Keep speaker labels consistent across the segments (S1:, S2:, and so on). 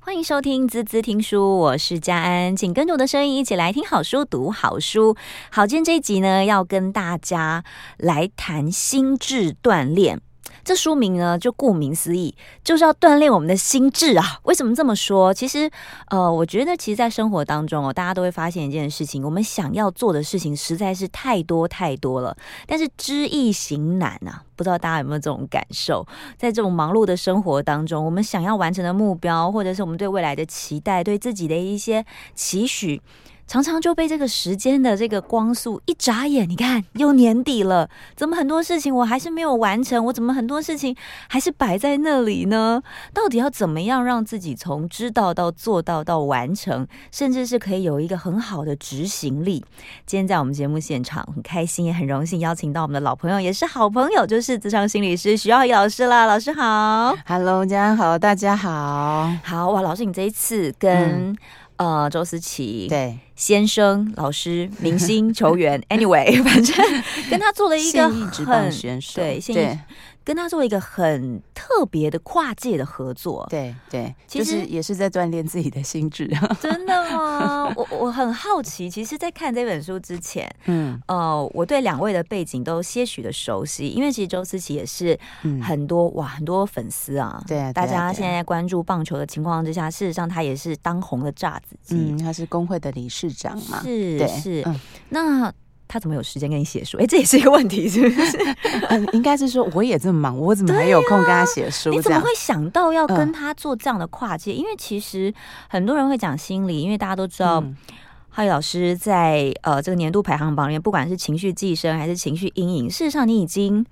S1: 欢迎收听滋滋听书，我是佳安，请跟着我的声音一起来听好书、读好书。好，今天这一集呢，要跟大家来谈心智锻炼。这书名呢，就顾名思义，就是要锻炼我们的心智啊。为什么这么说？其实，呃，我觉得其实，在生活当中哦，大家都会发现一件事情，我们想要做的事情实在是太多太多了，但是知易行难啊。不知道大家有没有这种感受？在这种忙碌的生活当中，我们想要完成的目标，或者是我们对未来的期待，对自己的一些期许。常常就被这个时间的这个光速一眨眼，你看又年底了，怎么很多事情我还是没有完成？我怎么很多事情还是摆在那里呢？到底要怎么样让自己从知道到做到到完成，甚至是可以有一个很好的执行力？今天在我们节目现场，很开心也很荣幸邀请到我们的老朋友，也是好朋友，就是智商心理师徐耀仪老师啦。老师好，
S2: Hello，家人好，大家好。
S1: 好哇，老师你这一次跟、呃周思琪
S2: 对，
S1: 先生、老师、明星、球 员，anyway，反正跟他做了一个
S2: 现役职棒
S1: 很
S2: 选手，
S1: 对现役跟他做了一个很特别的跨界的合作，
S2: 对对，
S1: 其
S2: 就
S1: 实
S2: 是也是在锻炼自己的心智。
S1: 真的吗？ 我我很好奇，其实，在看这本书之前，
S2: 嗯
S1: 呃，我对两位的背景都些许的熟悉，因为其实周思琪也是
S2: 嗯，
S1: 很多、哇很多粉丝啊，
S2: 对啊，对
S1: 大
S2: 啊
S1: 家
S2: 对
S1: 现
S2: 啊
S1: 在关注棒球的情况之下，事实上他也是当红的炸子鸡，
S2: 嗯，他是工会的理事长嘛，
S1: 是
S2: 对
S1: 是，
S2: 嗯
S1: 那他怎么有时间跟你写书？哎、这也是一个问题，是不 是？
S2: 嗯，应该是说我也这么忙，我怎么还有空跟他写书？
S1: 你
S2: 这
S1: 怎么
S2: 样
S1: 会想到要跟
S2: 嗯
S1: 他做这样的跨界？因为其实很多人会讲心理，因为大家都知道。
S2: 嗯
S1: 浩宇老师在呃这个年度排行榜里面，不管是情绪寄生还是情绪阴影，事实上你已经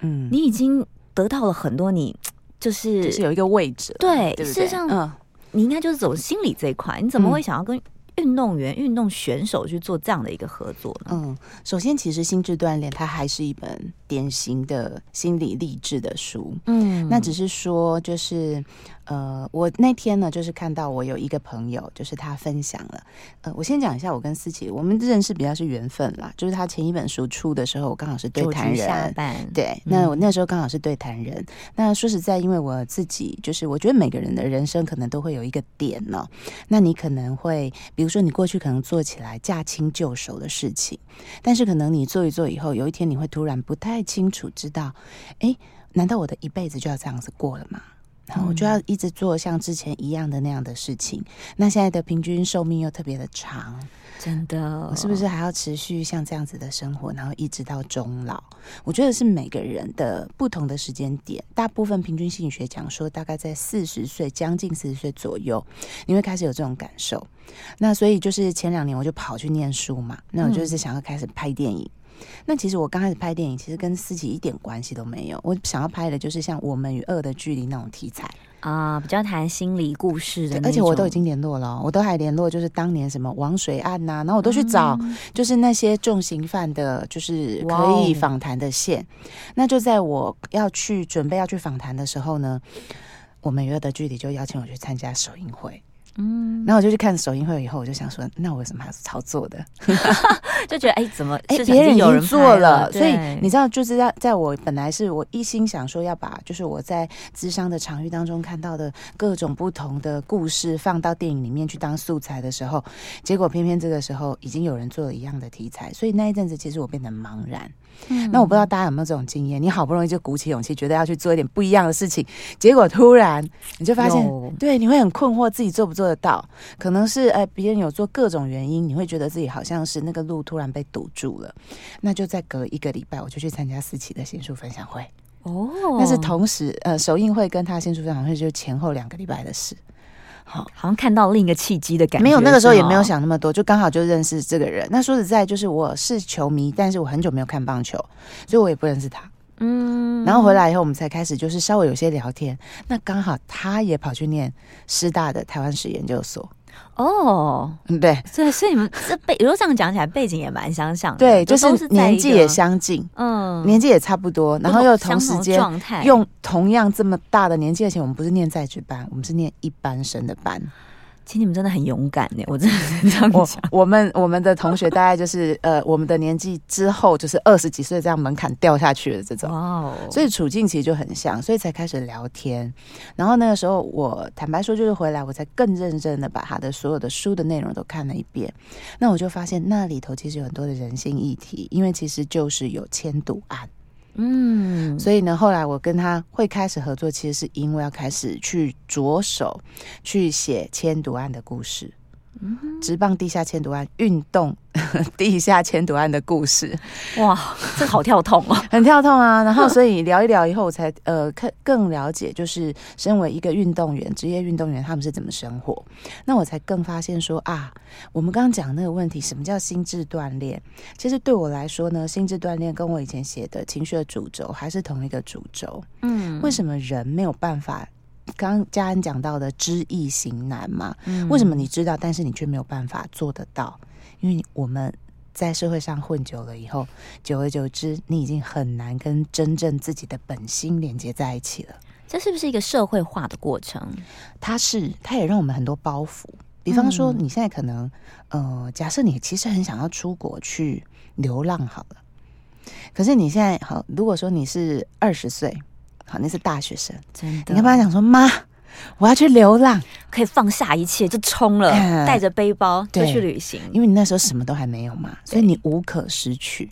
S2: 嗯，
S1: 你已经得到了很多你，就是、
S2: 就是有一个位置了，
S1: 对
S2: 对不
S1: 事实
S2: 对？
S1: 上
S2: 嗯，
S1: 你应该就是走心理这一块，你怎么
S2: 嗯
S1: 会想要跟运动员、运动选手去做这样的一个合作呢？
S2: 嗯，首先，其实心智锻炼它还是一本典型的心理励志的书。
S1: 嗯
S2: 那只是说，就是呃，我那天呢，就是看到我有一个朋友，就是他分享了，呃，我先讲一下，我跟思琪，我们认识比较是缘分啦，就是他前一本书出的时候，我刚好是对
S1: 久
S2: 谈
S1: 居下
S2: 人。
S1: 半，
S2: 对，那
S1: 嗯
S2: 我那时候刚好是对谈人。那说实在，因为我自己就是，我觉得每个人的人生可能都会有一个点呢、那你可能会，比如说你过去可能做起来驾轻就熟的事情，但是可能你做一做以后，有一天你会突然不太清楚知道，诶，难道我的一辈子就要这样子过了吗？然后我就要一直做像之前一样的那样的事情，那现在的平均寿命又特别的长，
S1: 真的
S2: 我是不是还要持续像这样子的生活，然后一直到终老？我觉得是每个人的不同的时间点。大部分平均心理学讲说，大概在四十岁，将近四十岁左右，你会开始有这种感受。那所以就是前两年我就跑去念书嘛，那我就是想要开始拍电影。那其实我刚开始拍电影，其实跟思琪一点关系都没有。我想要拍的就是像《我们与恶的距离》那种题材，
S1: 啊？比较谈心理故事的那
S2: 对
S1: 种，
S2: 而且我都已经联络了哦，我都还联络，就是当年什么王水案呐、然后我都去
S1: 哦
S2: 找就是那些重刑犯的，就是
S1: 哇哦
S2: 可以访谈的线。那就在我要去准备要去访谈的时候呢，我们娱乐的距离就邀请我去参加首映会。
S1: 嗯，
S2: 然后我就去看首映会以后，我就想说，那我为什么还要操作的？
S1: 就觉得哎、怎么
S2: 哎，
S1: 市场
S2: 别人已
S1: 有人
S2: 经
S1: 拍
S2: 做
S1: 了，
S2: 所以
S1: 对
S2: 你知道，就是在在我本来是我一心想说要把，就是我在智商的场域当中看到的各种不同的故事放到电影里面去当素材的时候，结果偏偏这个时候已经有人做了一样的题材，所以那一阵子其实我变得茫然。那我不知道
S1: 嗯
S2: 大家有没有这种经验，你好不容易就鼓起勇气，觉得要去做一点不一样的事情，结果突然你就发现。
S1: 嗯有
S2: 对，你会很困惑自己做不做得到，可能是哎别人有做各种原因，你会觉得自己好像是那个路突然被堵住了，那就再隔一个礼拜我就去参加思琪的新书分享会，
S1: 哦，
S2: 那是同时呃首映会跟他新书分享会就前后两个礼拜的事，好、
S1: 好像看到另一个契机的感觉，
S2: 没有，那个时候
S1: 是哦
S2: 也
S1: 吗
S2: 没有，想那么多，就刚好就认识这个人。那说实在，就是我是球迷，但是我很久没有看棒球，所以我也不认识他。
S1: 嗯
S2: 然后回来以后，我们才开始就是稍微有些聊天。那刚好他也跑去念师大的台湾史研究所，
S1: 哦，
S2: 嗯，对
S1: 所以所以你们这背，如果这样讲起来，背景也蛮相像的，
S2: 对，就
S1: 都
S2: 是
S1: 在一
S2: 年纪也
S1: 个，
S2: 相近，
S1: 嗯，
S2: 年纪也差不多，然后又同时
S1: 相
S2: 间
S1: 同的状态
S2: 用同样这么大的年纪，而且我们不是念在职班，我们是念一般生的班，
S1: 其实你们真的很勇敢呢，我真的是 这样
S2: 我
S1: 讲。
S2: 我们我们的同学大概就是呃，我们的年纪之后就是二十几岁这样门槛掉下去的这种，
S1: 哇哦，
S2: 所以处境其实就很像，所以才开始聊天。然后那个时候我坦白说，就是回来我才更认真的把他的所有的书的内容都看了一遍。那我就发现那里头其实有很多的人性议题，因为其实就是有迁赌案。
S1: 嗯，
S2: 所以呢，后来我跟他会开始合作，其实是因为要开始去着手去写迁读案的故事，直棒地下迁读案运动 地下迁读案的故事，
S1: 哇，这好跳痛哦。
S2: 很跳痛啊。然后所以聊一聊以后，我才呃更更了解，就是身为一个运动员，职业运动员他们是怎么生活。那我才更发现说啊，我们刚刚讲那个问题，什么叫心智锻炼？其实对我来说呢，心智锻炼跟我以前写的情绪的主轴还是同一个主轴。
S1: 嗯
S2: 为什么人没有办法？刚刚嘉恩讲到的知易行难嘛，
S1: 嗯
S2: 为什么你知道，但是你却没有办法做得到？因为我们在社会上混久了以后，久而久之，你已经很难跟真正自己的本心连接在一起了。
S1: 这是不是一个社会化的过程？
S2: 它是，它也让我们很多包袱。比方说，
S1: 嗯
S2: 你现在可能，呃，假设你其实很想要出国去流浪好了，可是你现在好，如果说你是二十岁，好，你是大学生。
S1: 真的，
S2: 你跟爸讲说妈，我要去流浪，
S1: 可以放下一切就冲了，
S2: 嗯
S1: 带着背包就
S2: 对
S1: 去旅行。
S2: 因为你那时候什么都还没有嘛，所以你无可失去。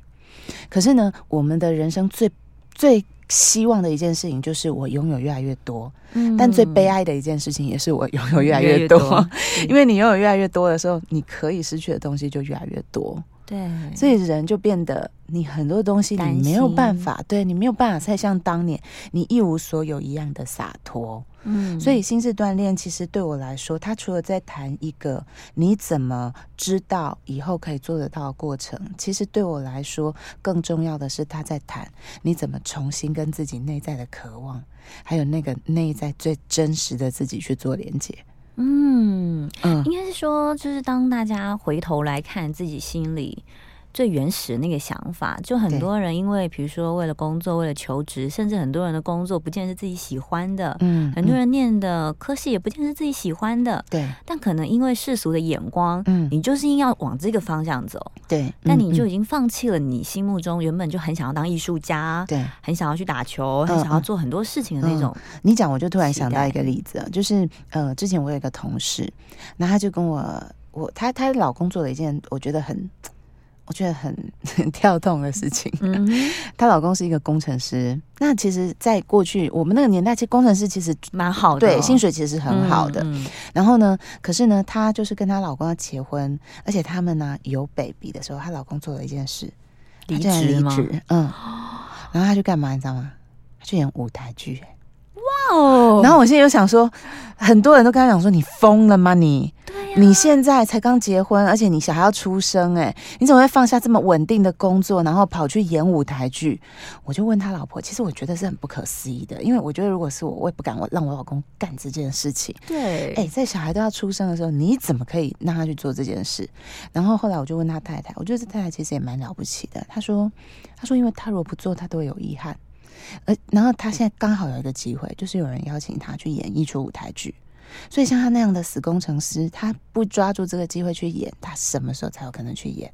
S2: 可是呢，我们的人生最最希望的一件事情就是我拥有越来越多，
S1: 嗯
S2: 但最悲哀的一件事情也是我拥有越来
S1: 越来
S2: 越
S1: 越
S2: 多，
S1: 多
S2: 因为你拥有越来越多的时候，你可以失去的东西就越来越多，
S1: 对，
S2: 所以人就变得你很多东西
S1: 嗯担
S2: 你没有
S1: 心
S2: 办法，对你没有办法再像当年你一无所有一样的洒脱。
S1: 嗯
S2: 所以心智锻炼其实对我来说，它除了在谈一个你怎么知道以后可以做得到的过程，其实对我来说更重要的是，它在谈你怎么重新跟自己内在的渴望，还有那个内在最真实的自己去做连接。
S1: 嗯，
S2: 嗯
S1: 应，该是说，就是当大家回头来看自己心里最原始那个想法，就很
S2: 对
S1: 多人因为，比如说为了工作、为了求职，甚至很多人的工作不见得是自己喜欢的，
S2: 嗯
S1: 很多
S2: 嗯
S1: 人念的科系也不见得是自己喜欢的，
S2: 对，
S1: 但可能因为世俗的眼光。
S2: 嗯
S1: 你就是硬要往这个方向走，
S2: 对，
S1: 但
S2: 嗯
S1: 你就
S2: 嗯
S1: 已经放弃了你心目中原本就很想要当艺术家，
S2: 对。
S1: 很想要去打球，很
S2: 嗯
S1: 想要
S2: 嗯
S1: 做很多事情的那种。
S2: 你讲，我就突然
S1: 期
S2: 想到
S1: 待
S2: 一个例子啊，就是呃，之前我有一个同事，然后他就跟我，我她她老公做了一件我觉得很，我觉得很 很跳动的事情。
S1: 嗯哼，
S2: 她老公是一个工程师，那其实，在过去我们那个年代，其实工程师其实
S1: 蛮好的哦，
S2: 对薪水其实很好的。
S1: 嗯嗯
S2: 然后呢，可是呢，她就是跟她老公要结婚，而且他们呢有 baby 的时候，她老公做了一件事，
S1: 离
S2: 她竟然
S1: 职吗
S2: 离职，嗯，然后她去干嘛，你知道吗？她去演舞台剧、欸
S1: 哦
S2: 然后我现在又想说，很多人都跟他讲说：“你疯了吗你？
S1: 对呀
S2: 你现在才刚结婚，而且你小孩要出生、哎，你怎么会放下这么稳定的工作，然后跑去演舞台剧？”我就问他老婆，其实我觉得是很不可思议的，因为我觉得如果是我，我也不敢我让我老公干这件事情。
S1: 对，
S2: 哎、在小孩都要出生的时候，你怎么可以让他去做这件事？然后后来我就问他太太，我觉得这太太其实也蛮了不起的。她说，她说，因为她如果不做，她都会有遗憾。呃，然后她现在刚好有一个机会，就是有人邀请她去演一出舞台剧。所以像她那样的死工程师，她不抓住这个机会去演，她什么时候才有可能去演？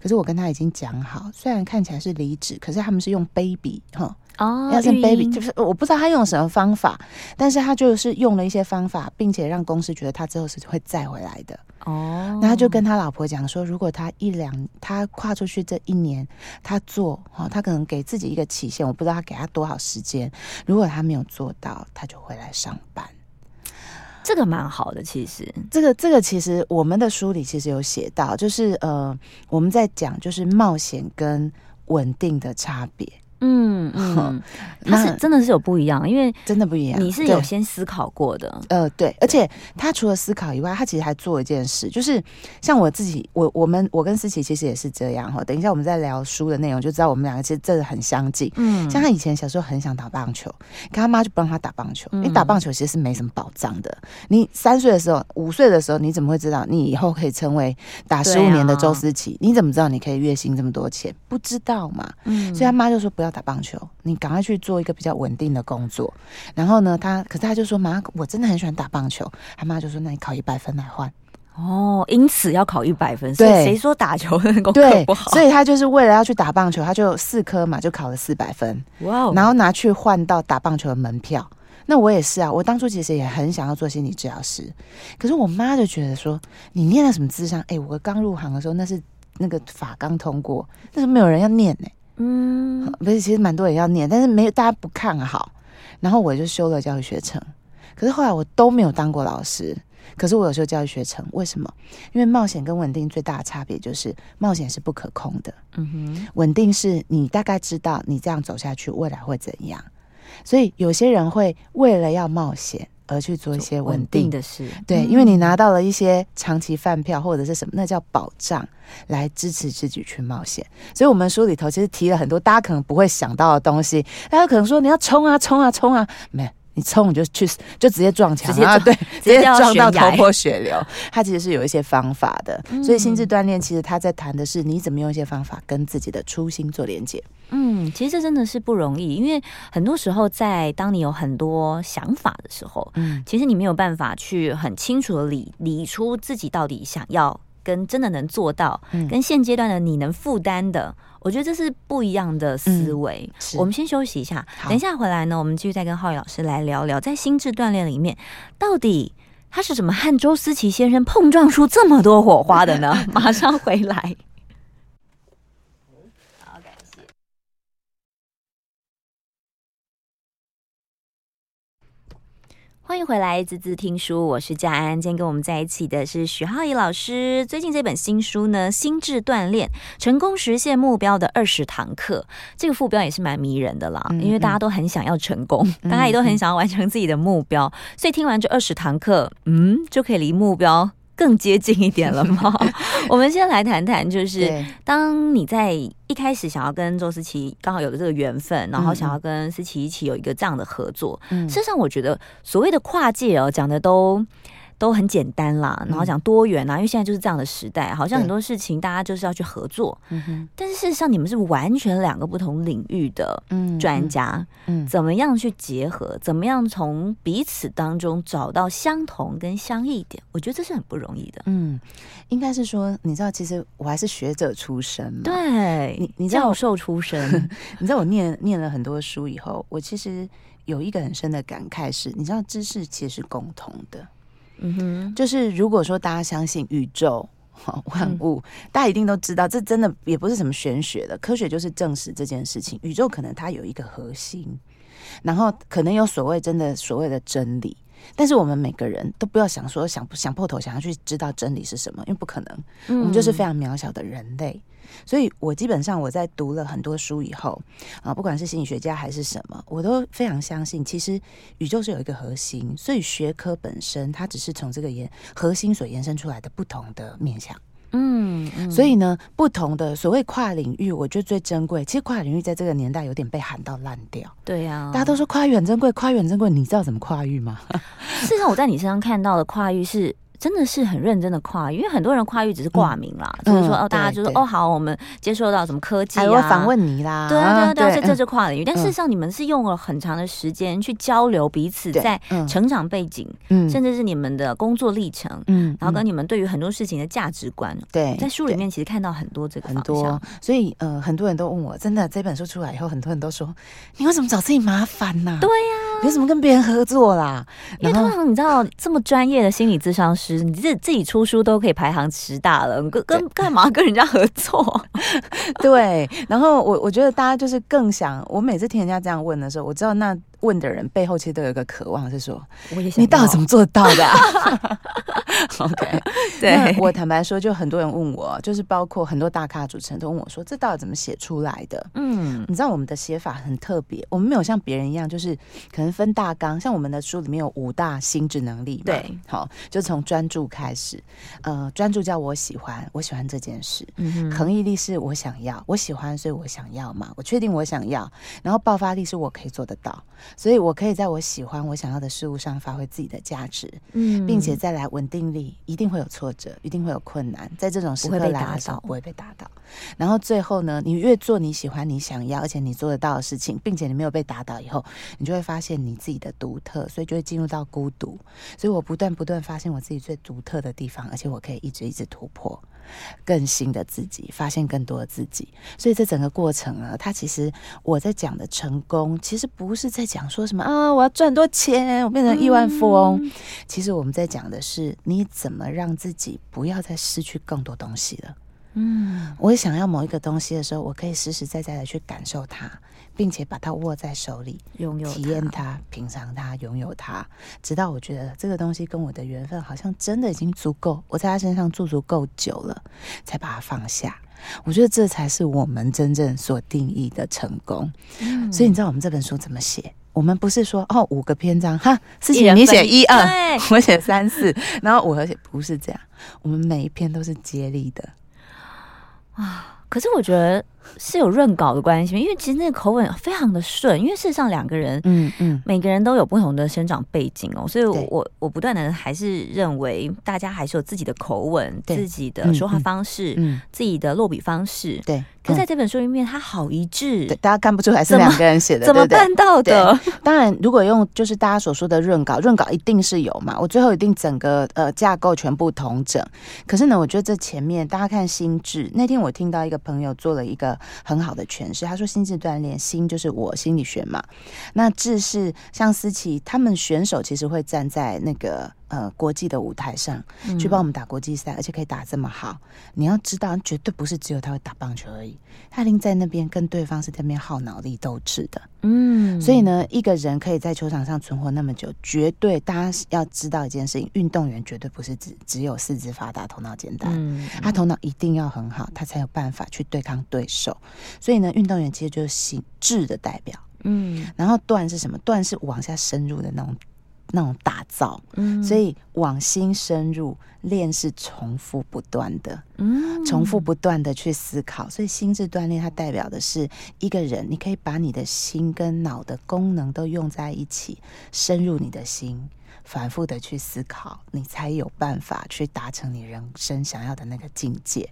S2: 可是我跟她已经讲好，虽然看起来是离职，可是他们是用 baby 哈，
S1: 哦，
S2: 要是
S1: 育
S2: baby，
S1: 婴
S2: 就是我不知道他用什么方法，但是他就是用了一些方法，并且让公司觉得他之后是会再回来的。
S1: 哦，
S2: 那他就跟他老婆讲说，如果他一两他跨出去这一年，他做哈、哦，他可能给自己一个期限，我不知道他给他多少时间。如果他没有做到，他就回来上班。
S1: 这个蛮好的，其 实
S2: 这个这个其实我们的书里其实有写到，就是呃我们在讲就是冒险跟稳定的差别，
S1: 嗯嗯
S2: 哼，
S1: 它是
S2: 那
S1: 真的是有不一样，因为
S2: 真的不一样。
S1: 你是
S2: 对
S1: 有先思考过的，
S2: 呃，对，而且他除了思考以外，他其实还做一件事，就是像我自己，我我们我跟思琪其实也是这样哈。等一下我们在聊书的内容，就知道我们两个其实真的很相近。
S1: 嗯，
S2: 像他以前小时候很想打棒球，可他妈就不让他打棒球，因为
S1: 嗯
S2: 打棒球其实是没什么保障的。你三岁的时候、五岁的时候，你怎么会知道你以后可以成为打
S1: 对
S2: 十五年的
S1: 啊
S2: 周思琪？你怎么知道你可以月薪这么多钱？不知道嘛。
S1: 嗯
S2: 所以他妈就说不要要打棒球，你赶快去做一个比较稳定的工作。然后呢，他可是他就说妈，我真的很喜欢打棒球。他妈就说，那你考一百分来换。
S1: 哦，因此要考一百分，所
S2: 对
S1: 以谁说打球的功课
S2: 对
S1: 哦不好？
S2: 所以他就是为了要去打棒球，他就四科嘛，就考了四百分，
S1: 哇哦，
S2: 然后拿去换到打棒球的门票。那我也是啊，我当初其实也很想要做心理治疗师，可是我妈就觉得说，你念了什么智商？哎、我刚入行的时候那是那个法刚通过，那时候没有人要念呢、
S1: 嗯，
S2: 不是，其实蛮多人要念，但是没有大家不看好。然后我就修了教育学程，可是后来我都没有当过老师。可是我有修教育学程，为什么？因为冒险跟稳定最大的差别就是，冒险是不可控的，
S1: 嗯
S2: 稳定是你大概知道你这样走下去未来会怎样。所以有些人会为了要冒险而去做一些
S1: 哼，
S2: 稳
S1: 稳
S2: 定
S1: 定的事，
S2: 对，
S1: 嗯
S2: 因为你拿到了一些长期饭票或者是什么，那叫保障，来支持自己去冒险。所以，我们书里头其实提了很多大家可能不会想到的东西。大家可能说你要冲啊，冲啊，冲啊，没有，你冲你就去，就直接撞墙
S1: 直接
S2: 啊，
S1: 撞
S2: 对，直接
S1: 掉
S2: 撞到
S1: 悬崖嗯
S2: 头破血流。它其实是有一些方法的，所以心智锻炼其实它在谈的是你怎么用一些方法跟自己的初心做连接。
S1: 嗯，其实这真的是不容易，因为很多时候在当你有很多想法的时候，
S2: 嗯，
S1: 其实你没有办法去很清楚的理理出自己到底想要跟真的能做到，
S2: 嗯
S1: 跟现阶段的你能负担的，我觉得这是不一样的思维。
S2: 嗯是
S1: 我们先休息一下，
S2: 好
S1: 等一下回来呢，我们继续再跟浩宇老师来聊聊，在心智锻炼里面到底。他是怎么和周思齐先生碰撞出这么多火花的呢？ 马上回来。欢迎回来，滋滋听书，我是佳安。今天跟我们在一起的是许浩怡老师。最近这本新书呢，《心智锻炼：成功实现目标的二十堂课》，这个副标也是蛮迷人的啦，
S2: 嗯
S1: 因为大家都很想要成功，
S2: 嗯
S1: 大家也都很想要完成自己的目标，所以听完这二十堂课，嗯，就可以离目标更接近一点了 吗？我们先来谈谈，就是
S2: 对
S1: 当你在一开始想要跟周思琪刚好有了这个缘分，然后
S2: 嗯
S1: 想要跟思琪一起有一个这样的合作，
S2: 嗯
S1: 事实上我觉得所谓的跨界哦，讲的都。都很简单啦，然后讲多元啊，因为现在就是这样的时代，好像
S2: 嗯对
S1: 很多事情大家就是要去合作，
S2: 嗯哼
S1: 但是事实上你们是完全两个不同领域的
S2: 嗯
S1: 专，家，
S2: 嗯
S1: 怎么样去结合，怎么样从彼此当中找到相同跟相异点，我觉得这是很不容易的。
S2: 嗯，应该是说，你知道，其实我还是学者出身嘛，
S1: 对，
S2: 嗯你你知道
S1: 教授出身，
S2: 你知道我念念了很多书以后，我其实有一个很深的感慨是，你知道知识其实是共同的，
S1: 嗯哼，
S2: 就是如果说大家相信宇宙。好万物，大家一定都知道，这真的也不是什么玄学的，科学就是证实这件事情。宇宙可能它有一个核心，然后可能有所谓真的所谓的真理，但是我们每个人都不要想说想想破头想要去知道真理是什么，因为不可能。我们
S1: 嗯
S2: 就是非常渺小的人类。所以我基本上我在读了很多书以后啊，不管是心理学家还是什么，我都非常相信，其实宇宙是有一个核心，所以学科本身它只是从这个延核心所延伸出来的不同的面向。
S1: 嗯，嗯
S2: 所以呢，不同的所谓跨领域，我觉得最珍贵。其实跨领域在这个年代有点被喊到烂掉，
S1: 对啊呀、
S2: 大家都说跨越很珍贵，跨越很珍贵，你知道怎么跨越吗？
S1: 事实上，我在你身上看到的跨域是。真的是很认真的跨域，因为很多人跨域只是挂名啦，
S2: 嗯
S1: 就是说
S2: 嗯
S1: 哦，大家就说
S2: 对对
S1: 哦好，我们接受到什么科技
S2: 哎，
S1: 啊，
S2: 我访问你啦，
S1: 对啊，对啊，对啊，这这
S2: 嗯
S1: 就跨领域。但
S2: 嗯
S1: 事实上，你们是用了很长的时间去交流彼此
S2: 对
S1: 在
S2: 嗯
S1: 成长背景，
S2: 嗯
S1: 甚至是你们的工作历程，
S2: 嗯
S1: 然后跟
S2: 嗯
S1: 你们对于很多事情的价值观，
S2: 对
S1: 在书
S2: 对
S1: 里面其实看到很多这个
S2: 很
S1: 方
S2: 多
S1: 向。，
S2: 所以呃，很多人都问我，真的这本书出来以后，很多人都说，你为什么找自己麻烦呐、
S1: 对
S2: 呀、你为什么跟别人合作啦？
S1: 因为
S2: 然
S1: 通
S2: 后
S1: 常你知道这么专业的心理咨商师，你自自己出书都可以排行十大了，你跟跟干嘛跟人家合作？
S2: 对，然后我我觉得大家就是更想，我每次听人家这样问的时候，我知道那问的人背后其实都有一个渴望，是说
S1: 我也想
S2: 你到底
S1: 要
S2: 怎么做到的、 啊、？OK，
S1: 对
S2: 那我坦白说，就很多人问我，就是包括很多大咖主持人都问我说，这到底怎么写出来的？
S1: 嗯
S2: 你知道我们的写法很特别，我们没有像别人一样，就是可能分大纲，像我们的书里面有五大心智能力嘛，
S1: 对，
S2: 好，就从专注开始，呃，专注叫我喜欢，我喜欢这件事。
S1: 嗯哼
S2: 恒毅力是我想要，我喜欢，所以我想要嘛，我确定我想要。然后爆发力是我可以做得到，所以我可以在我喜欢、我想要的事物上发挥自己的价值，
S1: 嗯
S2: 并且再来稳定定力，一定会有挫折，一定会有困难，在这种时刻
S1: 不会被
S2: 来
S1: 打
S2: 的时候
S1: 倒
S2: 不会被打倒。然后最后呢，你越做你喜欢、你想要，而且你做得到的事情，并且你没有被打倒以后，你就会发现你自己的独特，所以就会进入到孤独。所以我不断不断发现我自己最独特的地方，而且我可以一直一直突破。更新的自己，发现更多的自己，所以这整个过程呢，它其实我在讲的成功，其实不是在讲说什么啊，我要赚很多钱，我变成亿万富翁。其实我们在讲的是，你怎么让自己不要再失去更多东西了。
S1: 嗯，
S2: 我想要某一个东西的时候，我可以实实在在的去感受它，并且把它握在手里，
S1: 拥有
S2: 体验它、品尝它、拥有它，直到我觉得这个东西跟我的缘分好像真的已经足够，我在他身上驻足够久了，才把它放下。我觉得这才是我们真正所定义的成功。
S1: 嗯
S2: 所以你知道我们这本书怎么写？我们不是说哦五个篇章哈，事
S1: 一
S2: 情
S1: 人
S2: 你
S1: 分
S2: 写一二，
S1: 对
S2: 我写三四，然后我和写不是这样，我们每一篇都是接力的。
S1: 啊可是我觉得是有润稿的关系，因为其实那个口吻非常的顺，因为事实上两个人。
S2: 嗯嗯，
S1: 每个人都有不同的生长背景哦，所以
S2: 对
S1: 我我不断的还是认为大家还是有自己的口吻、
S2: 对
S1: 自己的
S2: 嗯
S1: 说话
S2: 嗯
S1: 方式、
S2: 嗯，
S1: 自己的落笔方式。
S2: 对。
S1: 可是在
S2: 嗯
S1: 这本书里面，它好一致
S2: 对，大家看不出来是
S1: 怎么
S2: 两个人写的，
S1: 怎么
S2: 对不对
S1: 办到的？
S2: 当然，如果用就是大家所说的润稿，润稿一定是有嘛，我最后一定整个呃架构全部同整。可是呢，我觉得这前面大家看心智，那天我听到一个朋友做了一个很好的诠释，他说心智锻炼，心就是我心理学嘛，那智是像思琪他们选手其实会站在那个。呃，国际的舞台上
S1: 嗯
S2: 去帮我们打国际赛，而且可以打这么好，你要知道，绝对不是只有他会打棒球而已，他一定在那边跟对方是在那边耗脑力斗智的。
S1: 嗯
S2: 所以呢，一个人可以在球场上存活那么久，绝对大家要知道一件事情：运动员绝对不是只只有四肢发达、头脑简单。
S1: 嗯，
S2: 他头脑一定要很好，他才有办法去对抗对手。所以呢，运动员其实就是心智的代表。
S1: 嗯
S2: 然后段是什么？段是往下深入的那种那种打造。
S1: 嗯
S2: 所以往心深入，练是重复不断的。
S1: 嗯
S2: 重复不断的去思考，所以心智锻炼它代表的是一个人，你可以把你的心跟脑的功能都用在一起，深入你的心，反复的去思考，你才有办法去达成你人生想要的那个境界。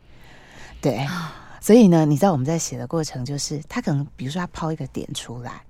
S2: 对，
S1: 啊
S2: 所以呢，你知道我们在写的过程，就是他可能比如说他抛一个点出来，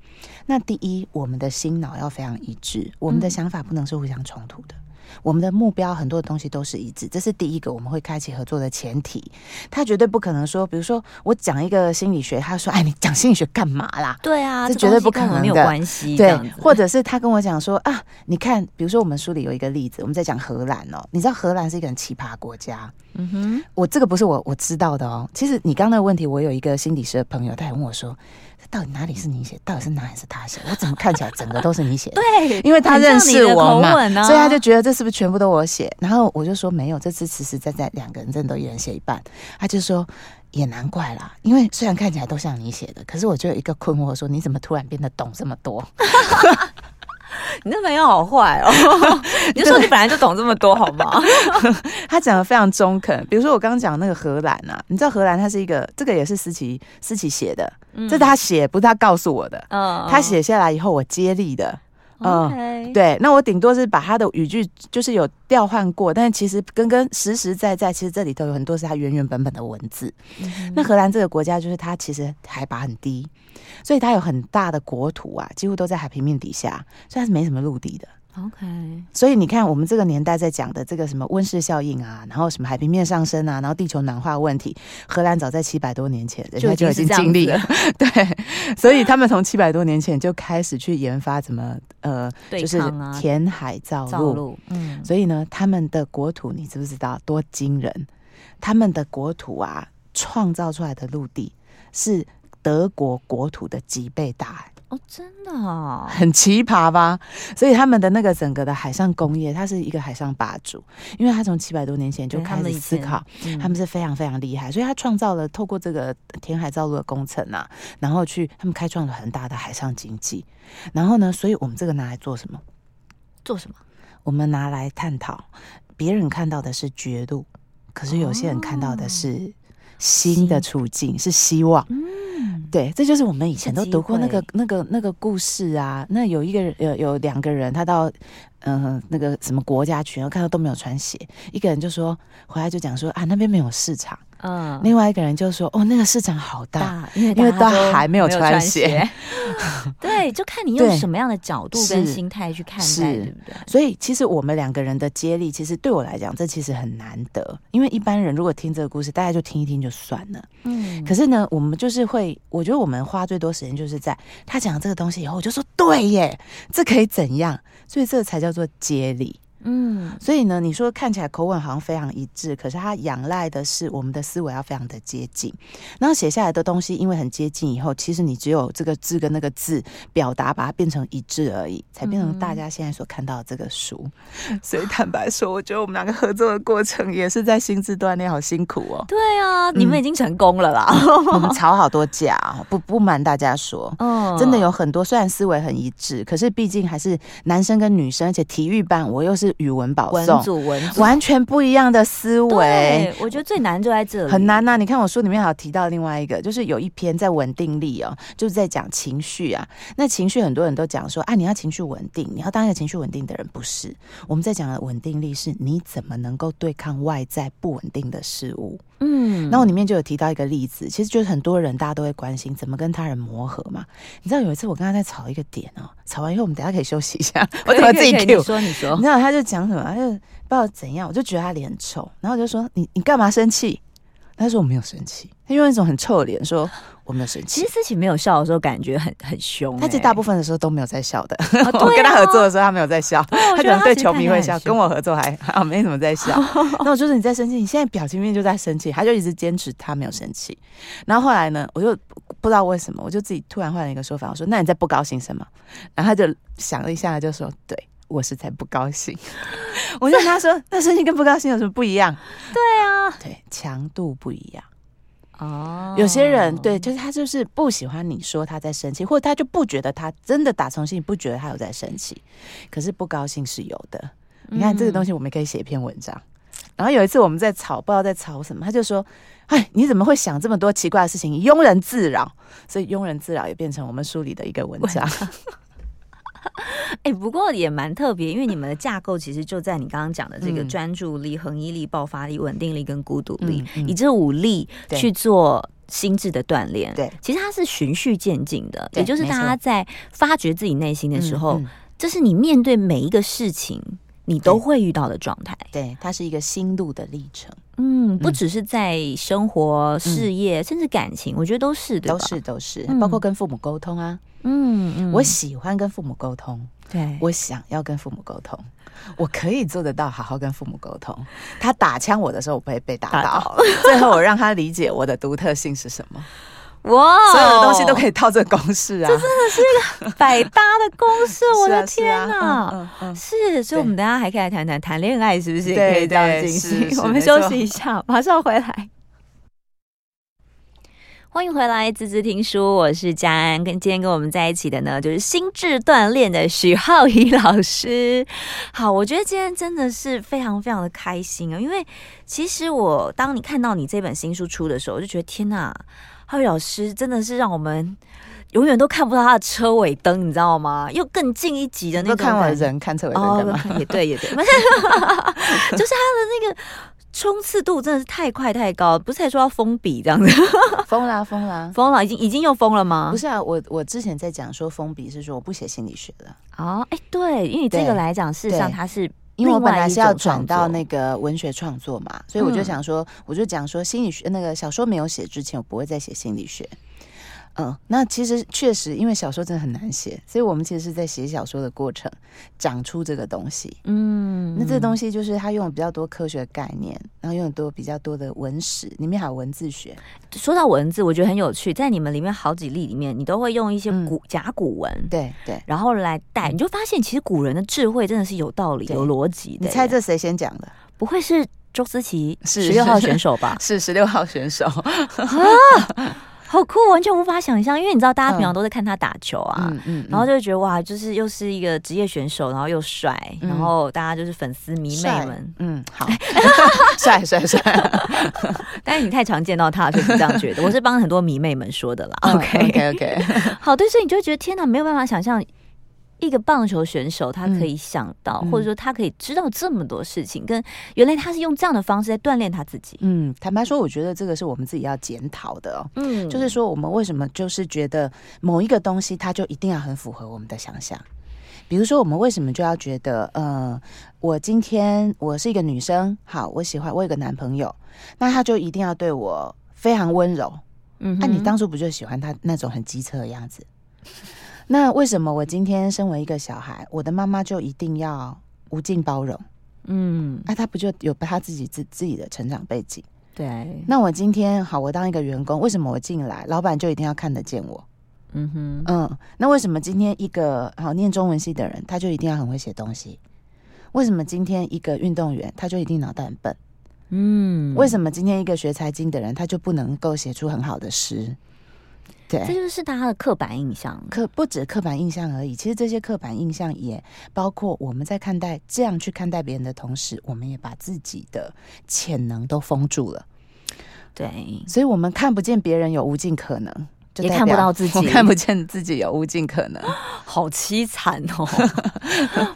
S2: 那第一，我们的心脑要非常一致，我们的
S1: 嗯
S2: 想法不能是互相冲突的。我们的目标很多东西都是一致，这是第一个我们会开启合作的前提。他绝对不可能说，比如说我讲一个心理学，他说：“哎，你讲心理学干嘛啦
S1: 对啊，
S2: 这
S1: 个
S2: 绝
S1: 东
S2: 对
S1: 西
S2: 不
S1: 跟
S2: 可
S1: 我们
S2: 能
S1: 没有
S2: 的
S1: 关？”系，这
S2: 对
S1: 样，子
S2: 或者是他跟我讲说啊，你看，比如说我们书里有一个例子，我们在讲荷兰哦，你知道荷兰是一个很奇葩国家。
S1: 嗯哼，
S2: 我这个不是我我知道的哦。其实你刚刚那个问题，我有一个心理师的朋友，他也问我说，这到底哪里是你写，到底是哪里是他写？我怎么看起来整个都是你写的？
S1: 对，
S2: 因为他
S1: 很像
S2: 认
S1: 你
S2: 识
S1: 的
S2: 我
S1: 口
S2: 嘛，
S1: 吻啊
S2: 所以他就觉得这是不是全部都我写？然后我就说没有，这次实实在在两个人真的都一人写一半。他就说也难怪啦，因为虽然看起来都像你写的，可是我就有一个困惑说你怎么突然变得懂这么多？
S1: 你那朋友好坏哦，你就说你本来就懂这么多好吗？
S2: 他讲的非常中肯。比如说我刚刚讲那个荷兰啊，你知道荷兰它是一个，这个也是思琪思琪写的，这是他写，不是他告诉我的。
S1: 嗯
S2: 他写下来以后，我接力的。嗯
S1: OK，
S2: 对，那我顶多是把他的语句就是有调换过，但是其实跟跟实实在在，其实这里头有很多是他原原本本的文字。
S1: 嗯哼
S2: 那荷兰这个国家就是它其实海拔很低，所以它有很大的国土啊，几乎都在海平面底下，所以它是没什么陆地的。
S1: OK，
S2: 所以你看，我们这个年代在讲的这个什么温室效应啊，然后什么海平面上升啊，然后地球暖化问题，荷兰早在七百多年前人
S1: 就
S2: 家
S1: 已
S2: 就
S1: 经是
S2: 已经
S1: 这样
S2: 经历
S1: 子
S2: 了，对，所以他们从七百多年前就开始去研发怎么呃，
S1: 对
S2: 就是
S1: 抗啊，
S2: 填海造
S1: 造
S2: 陆。
S1: 路，嗯，
S2: 所以呢，他们的国土你知不知道多惊人？他们的国土啊，创造出来的陆地是德国国土的几倍大、
S1: 哦，真的哦，
S2: 很奇葩吧？ 所以他们的那个整个的海上工业，它是一个海上霸主，因为他从七百多年前就
S1: 对他
S2: 开
S1: 们
S2: 始
S1: 以
S2: 思
S1: 前
S2: 考，
S1: 嗯
S2: 他们是非常非常厉害，所以他创造了透过这个填海造陆的工程啊，然后去他们开创了很大的海上经济，然后呢，所以我们这个拿来做什么？
S1: 做什么？
S2: 我们拿来探讨别人看到的是绝路，可是有些人看到的是
S1: 哦
S2: 新的处境，是希望。
S1: 嗯，
S2: 对，这就是我们以前
S1: 是
S2: 都
S1: 机
S2: 读过那个
S1: 会
S2: 那个那个故事啊。那有一个人有有两个人，他到呃那个什么国家去，然后看到都没有穿鞋，一个人就说回来就讲说啊那边没有市场，
S1: 嗯，
S2: 另外一个人就说哦那个市场好大，
S1: 大，因为
S2: 因为
S1: 大家
S2: 大
S1: 都
S2: 还没有
S1: 没有
S2: 穿
S1: 穿
S2: 鞋
S1: 鞋， 对，就看你用
S2: 对
S1: 什么样的角度跟
S2: 是
S1: 心态去看
S2: 是
S1: 待，对不对？
S2: 所以其实我们两个人的接力，其实对我来讲这其实很难得，因为一般人如果听这个故事，大家就听一听就算了。
S1: 嗯，
S2: 可
S1: 是
S2: 是呢，我们就是会，我觉得我们花最多时间就是在他讲这个东西以后，我就说对耶，这可以怎样？所以这才叫做接力。
S1: 嗯。
S2: 所以呢，你说看起来口吻好像非常一致，可是它仰赖的是我们的思维要非常的接近。然后写下来的东西，因为很接近以后，其实你只有这个字跟那个字表达，把它变成一致而已，才变成大家现在所看到的这个书。所以坦白说，我觉得我们两个合作的过程也是在心智锻炼，好辛苦哦
S1: 对啊，你们已经成功了啦，
S2: 我们吵好多架哦，不不瞒大家说，
S1: 嗯，
S2: 真的有很多，虽然思维很一致，可是毕竟还是男生跟女生，而且体育班我又是语文保
S1: 文
S2: 送，
S1: 组文组，
S2: 完全不一样的思维
S1: 对。，我觉得最难就在这里，
S2: 很难呐、啊你看我书里面还有提到另外一个，就是有一篇在稳定力哦，就是在讲情绪啊。那情绪很多人都讲说啊，你要情绪稳定，你要当一个情绪稳定的人，不是？我们在讲的稳定力是你怎么能够对抗外在不稳定的事物。
S1: 嗯，
S2: 那我里面就有提到一个例子，其实就是很多人大家都会关心怎么跟他人磨合嘛。你知道有一次我跟他在吵一个点哦，吵完以后我们等一下可以休息一下， 我怎么自己
S1: 可以可以
S2: Q？
S1: 你说你说
S2: 你，知道他就讲什么，他就不知道怎样，我就觉得他脸很臭，然后我就说你你干嘛生气？他说我没有生气，他用一种很臭的脸说我没有生
S1: 其
S2: 气
S1: 实。思琪没有笑的时候，感觉很很凶欸，
S2: 他其实大部分的时候都没有在笑的，
S1: 啊对啊
S2: 我跟他合作的时候他没有在笑，
S1: 对啊我
S2: 他
S1: 觉得
S2: 可能对
S1: 其实
S2: 球
S1: 看
S2: 迷
S1: 起来
S2: 会
S1: 很
S2: 笑，
S1: 凶
S2: 跟我合作还啊没怎么 在笑。那我就说你在生气，你现在表情明明就在生气，他就一直坚持他没有生气。然后后来呢，我就不知道为什么，我就自己突然换了一个说法，我说那你在不高兴什么？然后他就想了一下，就说对。我是在不高兴，我就跟他说：“那生气跟不高兴有什么不一样？”对啊，对，强度不一样。
S1: 哦
S2: 有些人对，就是他就是不喜欢你说他在生气，或者他就不觉得他真的打从心里不觉得他有在生气，可是不高兴是有的。你看这个东西，我们可以写一篇文章。然后有一次我们在吵，不知道在吵什么，他就说：“哎，你怎么会想这么多奇怪的事情？庸人自扰。”所以庸人自扰也变成我们书里的一个文章。
S1: 哎、不过也蛮特别，因为你们的架构其实就在你刚刚讲的这个
S2: 嗯
S1: 专注力、恒毅力、爆发力、稳定力跟孤独力，
S2: 嗯嗯
S1: 以这五力
S2: 对
S1: 去做心智的锻炼。
S2: 对，
S1: 其实它是循序渐进的，
S2: 对
S1: 也就是
S2: 没
S1: 大家
S2: 错
S1: 在发掘自己内心的时候，
S2: 嗯嗯
S1: 这是你面对每一个事情你都
S2: 对
S1: 会遇到的状态。
S2: 对，它是一个心路的历程，
S1: 嗯，不
S2: 嗯
S1: 只是在生活、事业，甚至感情，我觉得都是，对吧？
S2: 都是都是
S1: 嗯，
S2: 包括跟父母沟通啊。
S1: 嗯嗯，
S2: 我喜欢跟父母沟通，
S1: 对，
S2: 我想要跟父母沟通，我可以做得到，好好跟父母沟通。他打枪我的时候，我不会被打
S1: 打
S2: 倒。最后我让他理解我的独特性是什 么，
S1: 哇哦
S2: 所有的东西都可
S1: 以，
S2: 以套这个公式啊！
S1: 百搭的公式，我
S2: 是
S1: 哦
S2: 啊
S1: 的天
S2: 是
S1: 哪！
S2: 啊嗯嗯嗯
S1: 是，所以我们等一下还可以来谈谈谈恋爱是不是也
S2: 对
S1: 可以这样
S2: 对
S1: 进行
S2: 是？是
S1: 我们
S2: 没
S1: 休
S2: 错
S1: 息一下，马上回来。 欢迎回来，滋滋听书，我是佳安，跟今天跟我们在一起的呢，就是心智锻炼的许浩怡老师。好，我觉得今天真的是非常非常的开心啊，因为其实我当你看到你这本新书出的时候，我就觉得天哪，浩宇老师真的是让我们永远都看不到他的车尾灯，你知道吗？又更进一级的那
S2: 都
S1: 种
S2: 看我
S1: 感
S2: 的
S1: 觉
S2: 人，看车尾灯干嘛？
S1: 哦、也对，也 对，不是就是他的那个冲刺度真的是太快太高，不是才说要封笔这样 子，
S2: 疯啦疯啦！
S1: 封了，已经已经又封了吗
S2: 不？是啊，我我之前在讲说封笔是说我不写心理学了，
S1: 哦，哎、对，因为你这个
S2: 对
S1: 来讲，事实上
S2: 对
S1: 它是
S2: 因为我本来是
S1: 另
S2: 要
S1: 外一种创
S2: 转
S1: 作
S2: 到那个文学创作嘛，所以我就
S1: 嗯
S2: 想说，我就讲说心理学那个小说没有写之前，我不会再写心理学。嗯，那其实确实，因为小说真的很难写，所以我们其实是在写小说的过程长出这个东西。
S1: 嗯
S2: 那这个东
S1: 西，
S2: 西就是它用了比较多科学概念，然后用了多比较多的文史，里面还有文字学。
S1: 说到文字，我觉得很有趣，在你们里面好几例里面，你都会用一些
S2: 嗯
S1: 古、甲骨文。
S2: 对对，
S1: 然后来带，你就发现其实古人的智慧真的是有道理、
S2: 对
S1: 有逻辑的耶。
S2: 你猜这谁先 讲的？
S1: 不会是周思琪
S2: 是
S1: 十六号
S2: 是
S1: 选手吧？
S2: 是十六号选手。
S1: 好酷，完全无法想象，因为你知道，大家平常
S2: 嗯
S1: 都在看他打球啊，
S2: 嗯嗯，
S1: 然后就会觉得哇，就是又是一个职业选手，然后又帅，
S2: 嗯
S1: 然后大家就是粉丝迷妹
S2: 帅
S1: 们。
S2: 嗯，好， 帅帅帅。
S1: 但是你太常见到他，所以你这样觉得。我是帮很多迷妹们说的啦。OK，
S2: 嗯 哦 OK OK。
S1: 好，对，所以你就会觉得天哪，没有办法想象一个棒球选手他可以想到，
S2: 嗯
S1: 或者说他可以知道这么多事情，跟原来他是用这样的方式在锻炼他自己。
S2: 嗯，坦白说，我觉得这个是我们自己要检讨的哦。
S1: 嗯，
S2: 就是说，我们为什么就是觉得某一个东西它就一定要很符合我们的想象？比如说，我们为什么就要觉得，呃，我今天我是一个女生，好，我喜欢我有个男朋友，那他就一定要对我非常温柔。
S1: 嗯
S2: 那、
S1: 哼，
S2: 你当初不就喜欢他那种很机车的样子？那为什么我今天身为一个小孩，我的妈妈就一定要无尽包容？
S1: 嗯，
S2: 那、啊、他不就有他自己自自己的成长背景？
S1: 对，
S2: 那我今天好，我当一个员工，为什么我进来，老板就一定要看得见我？
S1: 嗯哼，
S2: 嗯，那为什么今天一个好念中文系的人，他就一定要很会写东西？为什么今天一个运动员，他就一定脑袋很笨？
S1: 嗯，
S2: 为什么今天一个学财经的人，他就不能够写出很好的诗？
S1: 这
S2: 对，
S1: 就是大家的刻板印象。
S2: 刻不止刻板印象而已，其实这些刻板印象也包括我们在看待这样去看待别人的同时，我们也把自己的潜能都封住了，
S1: 对，
S2: 所以我们看不见别人有无尽可能，就
S1: 也
S2: 代
S1: 看不
S2: 表
S1: 到自己
S2: 我看不见自己有无尽可能。
S1: 好凄惨 哦。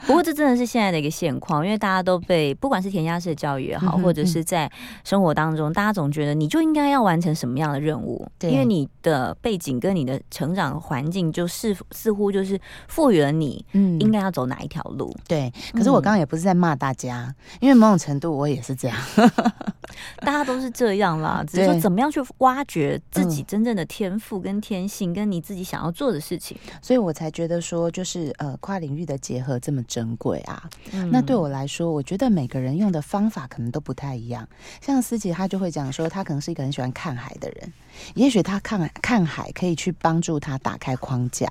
S1: 不过这真的是现在的一个现况，因为大家都被不管是填鸭式的教育也好，
S2: 嗯哼
S1: 或者是在生活当中，大家总觉得你就应该要完成什么样的任务，
S2: 对
S1: 因为你的背景跟你的成长环境就是似乎就是赋予了你
S2: 嗯
S1: 应该嗯要走哪一条 路。
S2: 对，可是我刚刚也不是在骂大家，因为某种程度我也是这样。
S1: 大家都是这样啦，只是说
S2: 对嗯
S1: 怎么样去挖掘自己真正的天赋跟天性，跟你自己想要做的事情。
S2: 所以我才觉得说，就是呃，跨领域的结合这么珍贵啊。
S1: 嗯
S2: 那对我来说，我觉得每个人用的方法可能都不太一样。像思琪，她就会讲说，她可能是一个很喜欢看海的人，也许她看看海可以去帮助她打开框架。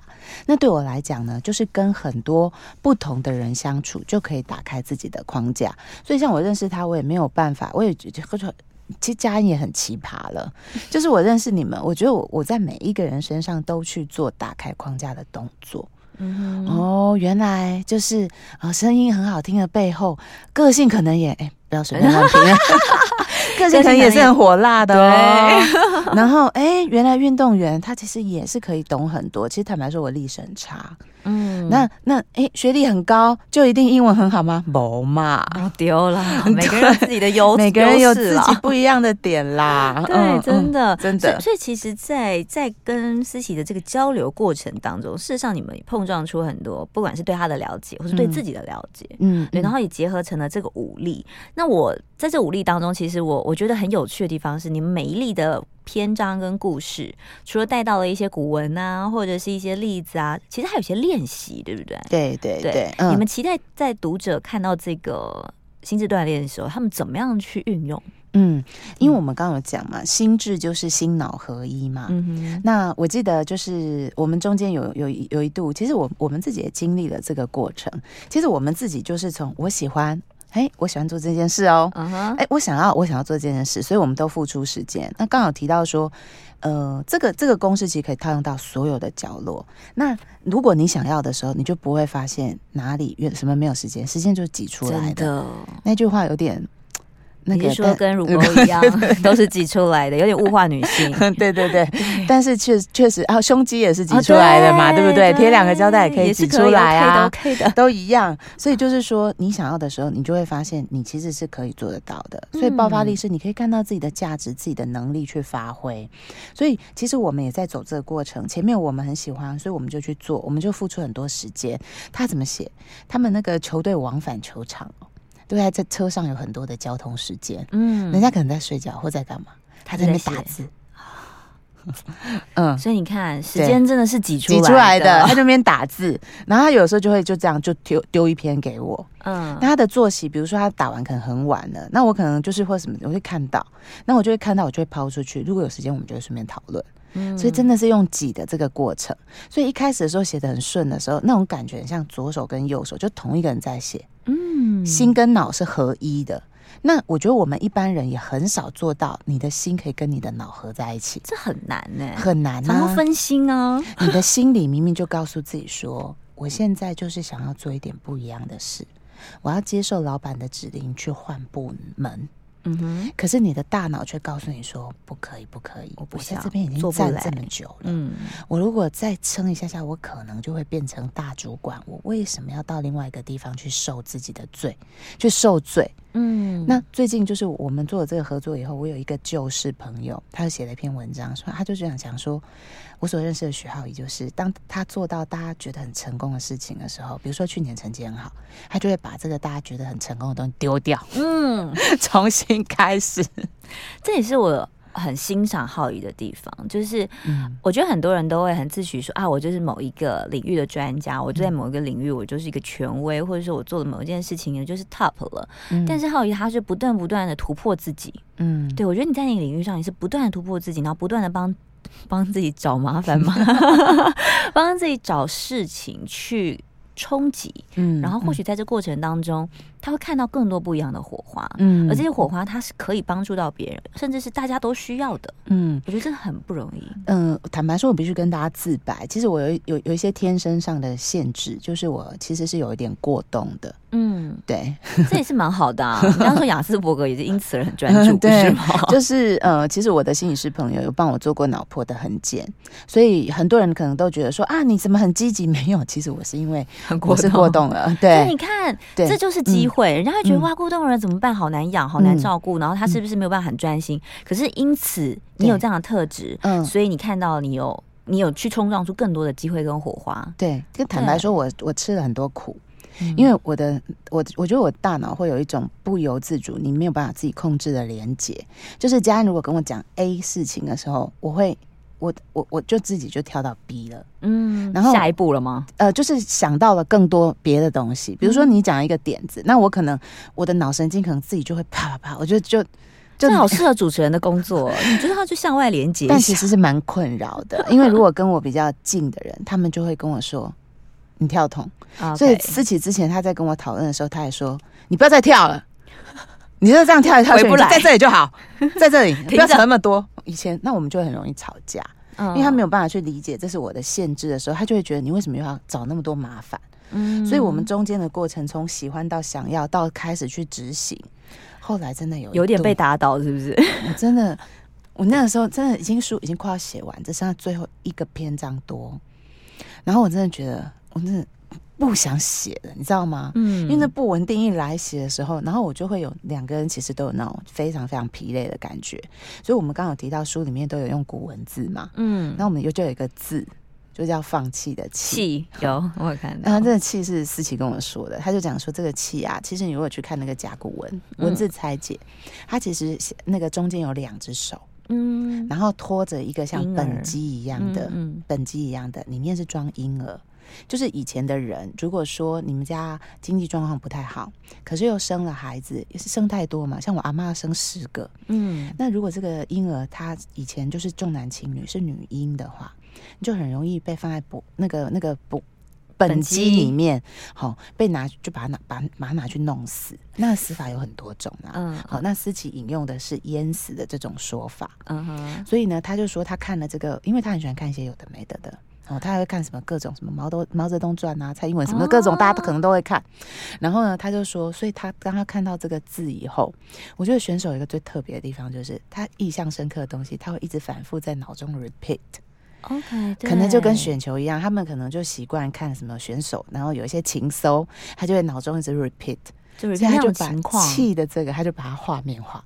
S2: 那对我来讲呢，就是跟很多不同的人相处，就可以打开自己的框架。所以像我认识他，我也没有办法，我也觉得。其实佳音也很奇葩了，就是我认识你们，我觉得我我在每一个人身上都去做打开框架的动作，
S1: 嗯哼
S2: 哦，原来就是啊、呃声音很好听的背后，个性可能也哎，不要随便乱 评啊， 个性可能也是很火辣 的哦。然后哎，原来运动员他其实也是可以懂很多。其实坦白说，我历史很差。
S1: 嗯
S2: 那那哎，学历很高就一定英文很好吗？没嘛，
S1: 啊丢 了，每个人有自己的优，
S2: 每个人有自
S1: 优势啦
S2: 己不一样的点 啦。
S1: 对，真
S2: 的
S1: 的。
S2: 真
S1: 所以，
S2: 的，
S1: 所以其实在，在跟思琪的这个交流过程当中，事实上你们碰撞出很多，不管是对他的了解，或是对自己的了解，
S2: 嗯，
S1: 对，然
S2: 后
S1: 后也结合成了这个武力。那我在这武力当中，其实我我觉得很有趣的地方是，你们每一例的篇章跟故事，除了带到了一些古文啊，或者是一些例子啊，其实还有一些练习，对不对？
S2: 对对对，嗯
S1: 你们期待在读者看到这个心智锻炼的时候，他们怎么样去运用？
S2: 嗯，因为我们刚刚有讲嘛，心智就是心脑合一嘛，
S1: 嗯哼，
S2: 那我记得就是我们中间有有一有一度，其实我我们自己也经历了这个过程。其实我们自己就是从我喜欢，哎，我喜欢做这件事哦，
S1: 嗯哼，
S2: 哎，我想要我想要做这件事，所以我们都付出时间。那刚好提到说，呃，这个这个公式其实可以套用到所有的角落。那如果你想要的时候，你就不会发现哪里有什么没有时间，时间就挤出来
S1: 真
S2: 的。
S1: 的，
S2: 那句话有点那
S1: 你
S2: 个
S1: 是说
S2: 但
S1: 跟乳沟一样， 都是挤出来的，有点物化女性。
S2: 对对 对，但是确确实啊，胸肌也是 挤
S1: 啊
S2: 出来的嘛，对不对？
S1: 对
S2: 贴两个胶带也可以
S1: 也是
S2: 挤
S1: 可
S2: 出
S1: 以
S2: 来啊，
S1: ，OK 的，OK 的。
S2: 都一样。所以就是说，你想要的时候，你就会发现你其实是可以做得到的。
S1: 嗯
S2: 所以爆发力是你可以看到自己的价值、自己的能力去发挥。所以其实我们也在走这个过程。前面我们很喜欢，所以我们就去做，我们就付出很多时间。他怎么写？他们那个球队往返球场哦，对不对？在车上有很多的交通时间，
S1: 嗯，
S2: 人家可能在睡觉或在干嘛，他在那边
S1: 在
S2: 打
S1: 写
S2: 字。嗯，
S1: 所以你看，时间真的是挤出
S2: 挤出来的，
S1: 的，
S2: 他 在那边打字，然后他有时候就会就这样就丢丢一篇给我。
S1: 嗯
S2: 那，他的作息，比如说他打完可能很晚了，那我可能就是会什么，我会看到，那我就会看到，我就会抛出去。如果有时间，我们就会顺便讨论。
S1: 嗯
S2: 所以真的是用挤的这个过程。所以一开始的时候写的很顺的时候，那种感觉很像左手跟右手就同一个人在写，
S1: 嗯
S2: 心跟脑是合一的。那我觉得我们一般人也很少做到，你的心可以跟你的脑合在一起，
S1: 这很难呢，
S2: 很难
S1: 常常
S2: 啊。
S1: 分心啊，
S2: 你的心里明明就告诉自己说，我现在就是想要做一点不一样的事，我要接受老板的指令去换部门，
S1: 嗯哼，
S2: 可是你的大脑却告诉你说不可以，不可以，
S1: 我
S2: 我
S1: 不
S2: 在
S1: 想
S2: 这边已经
S1: 做不
S2: 站
S1: 来
S2: 这么久了，
S1: 嗯，
S2: 我如果再撑一下下，我可能就会变成大主管。我为什么要到另外一个地方去受自己的罪，去受罪？
S1: 嗯，
S2: 那最近就是我们做了这个合作以后，我有一个旧识朋友，他就写了一篇文章，说他就这样讲说，我所认识的徐浩宇，就是当他做到大家觉得很成功的事情的时候，比如说去年成绩很好，他就会把这个大家觉得很成功的东西丢掉，
S1: 嗯，
S2: 重新开始。
S1: 这也是我很欣赏浩宇的地方，就是
S2: 嗯，
S1: 我觉得很多人都会很自诩说啊，我就是某一个领域的专家，我就
S2: 嗯
S1: 在某一个领域我就是一个权威，或者说我做了某一件事情我就是 top 了。但
S2: 是
S1: 是浩宇他是不断不断的突破自己，
S2: 嗯，
S1: 对我觉得你在那个领域上你是不断的突破自己，然后不断的帮 帮自己找麻烦 嘛，帮自己找事情去冲击，
S2: 嗯
S1: 然后或许在这过程当中，他会看到更多不一样的火花。
S2: 嗯
S1: 而这些火花，它是可以帮助到别人，甚至是大家都需要的。
S2: 嗯。
S1: 我觉得这个很不容易。
S2: 嗯，坦白说，我必须跟大家自白。其实我有有有一些天生上的限制，就是我其实是有一点过动的。
S1: 嗯，
S2: 对，
S1: 这也是蛮好的、 啊。你刚刚说雅斯伯格也是因此而很专注，不
S2: 对
S1: 是吗？
S2: 就是呃，其实我的心理师朋友有帮我做过脑波的横检，所以很多人可能都觉得说啊，你怎么很积极？没有，其实我是因为
S1: 很
S2: 我是过。动了。
S1: 那你
S2: 对
S1: 看，
S2: 对，
S1: 这就是机会。人家会觉得
S2: 嗯
S1: 哇，过动人怎么办？好难养，好难
S2: 嗯
S1: 照顾。然后他是不是没有办法很专心？可是因此你
S2: 对
S1: 有这样的特质，
S2: 嗯
S1: 所以你看到你有你有去冲撞出更多的机会跟火花。
S2: 对，跟坦白说我，我吃了很多苦，因
S1: 嗯
S2: 为我的我我觉得我大脑会有一种不由自主，你没有办法自己控制的连接。就是家人如果跟我讲 A 事情的时候，我会我我我就自己就跳到 B 了，
S1: 嗯，
S2: 然后
S1: 下一步了吗？
S2: 呃，就是想到了更多别的东西。比如说
S1: 嗯
S2: 你讲一个点子，那我可能我的脑神经可能自己就会啪啪啪，我就就就
S1: 这好适合主持人的工作哦， 你就是要去向外连接一
S2: 但其
S1: 下。
S2: 实是蛮困扰的，因为如果跟我比较近的人，他们就会跟我说。你跳桶，
S1: OK
S2: 所以思琪之前他在跟我讨论的时候，他也说：“你不要再跳了，你就这样跳来跳去，
S1: 回不
S2: 你就
S1: 来
S2: 在这里 就好，在这里不要
S1: 着
S2: 扯那么多。”以前那我们就会很容易吵架，因为他没
S1: 有，
S2: 有办法去理解这是我的限制的时候，他就会觉得你为什么又要找那么多麻烦？
S1: 嗯
S2: 所以我们中间的过程，从喜欢到想要到开始去执行，后来真的有一
S1: 有点
S2: 度
S1: 被打倒，是不是？
S2: 我真的，我那个时候真的已经书已经快要写完，只剩下最后一个篇章多。然后我真的觉得，我真的不想写了，你知道吗？
S1: 嗯
S2: 因为那不稳定一来袭的时候，然后我就会有两个人其实都有那种非常非常疲累的感觉。所以我们刚刚有提到书里面都有用古文字嘛，
S1: 嗯
S2: 那我们就就有一个字，就叫放弃的弃。
S1: 气有，我有看
S2: 然
S1: 到
S2: 后。这个气是思琪跟我说的，他就讲说这个气啊，其实你如果去看那个甲骨文文
S1: 嗯
S2: 字拆解，它其实是那个中间有两只手，
S1: 嗯，
S2: 然后拖着一个像
S1: 婴儿
S2: 本鸡一样的、
S1: 嗯
S2: 本鸡一样的，里面是装婴儿。就是以前的人，如果说你们家经济状况不太好，可是又生了孩子，也是生太多嘛，像我阿妈生十个，
S1: 嗯
S2: 那如果这个婴儿她以前就是重男轻女，是女婴的话，你就很容易被放在补那个那个补本
S1: 鸡
S2: 机里面，好、被拿就把它拿把把它拿去弄死。那死法有很多种啊。
S1: 嗯
S2: 好，那思琪引用的是淹死的这种说法，
S1: 嗯哼，
S2: 所以呢，他就说他看了这个，因为他很喜欢看一些有的没的的。哦，他还会看什么各种什么毛德毛泽东传啊、蔡英文什么
S1: 哦
S2: 各种，大家都可能都会看。然后呢，他就说，所以他当他看到这个字以后，我觉得选手有一个最特别的地方，就是他印象深刻的东西，他会一直反复在脑中 repeat，
S1: OK，
S2: 可能就跟
S1: 对
S2: 选球一样，他们可能就习惯看什么选手，然后有一些情搜，他就会脑中一直 repeat，
S1: 就是
S2: 所以
S1: 那
S2: 他就
S1: 种
S2: 把
S1: 情况，
S2: 气的这个，他就把它画面化。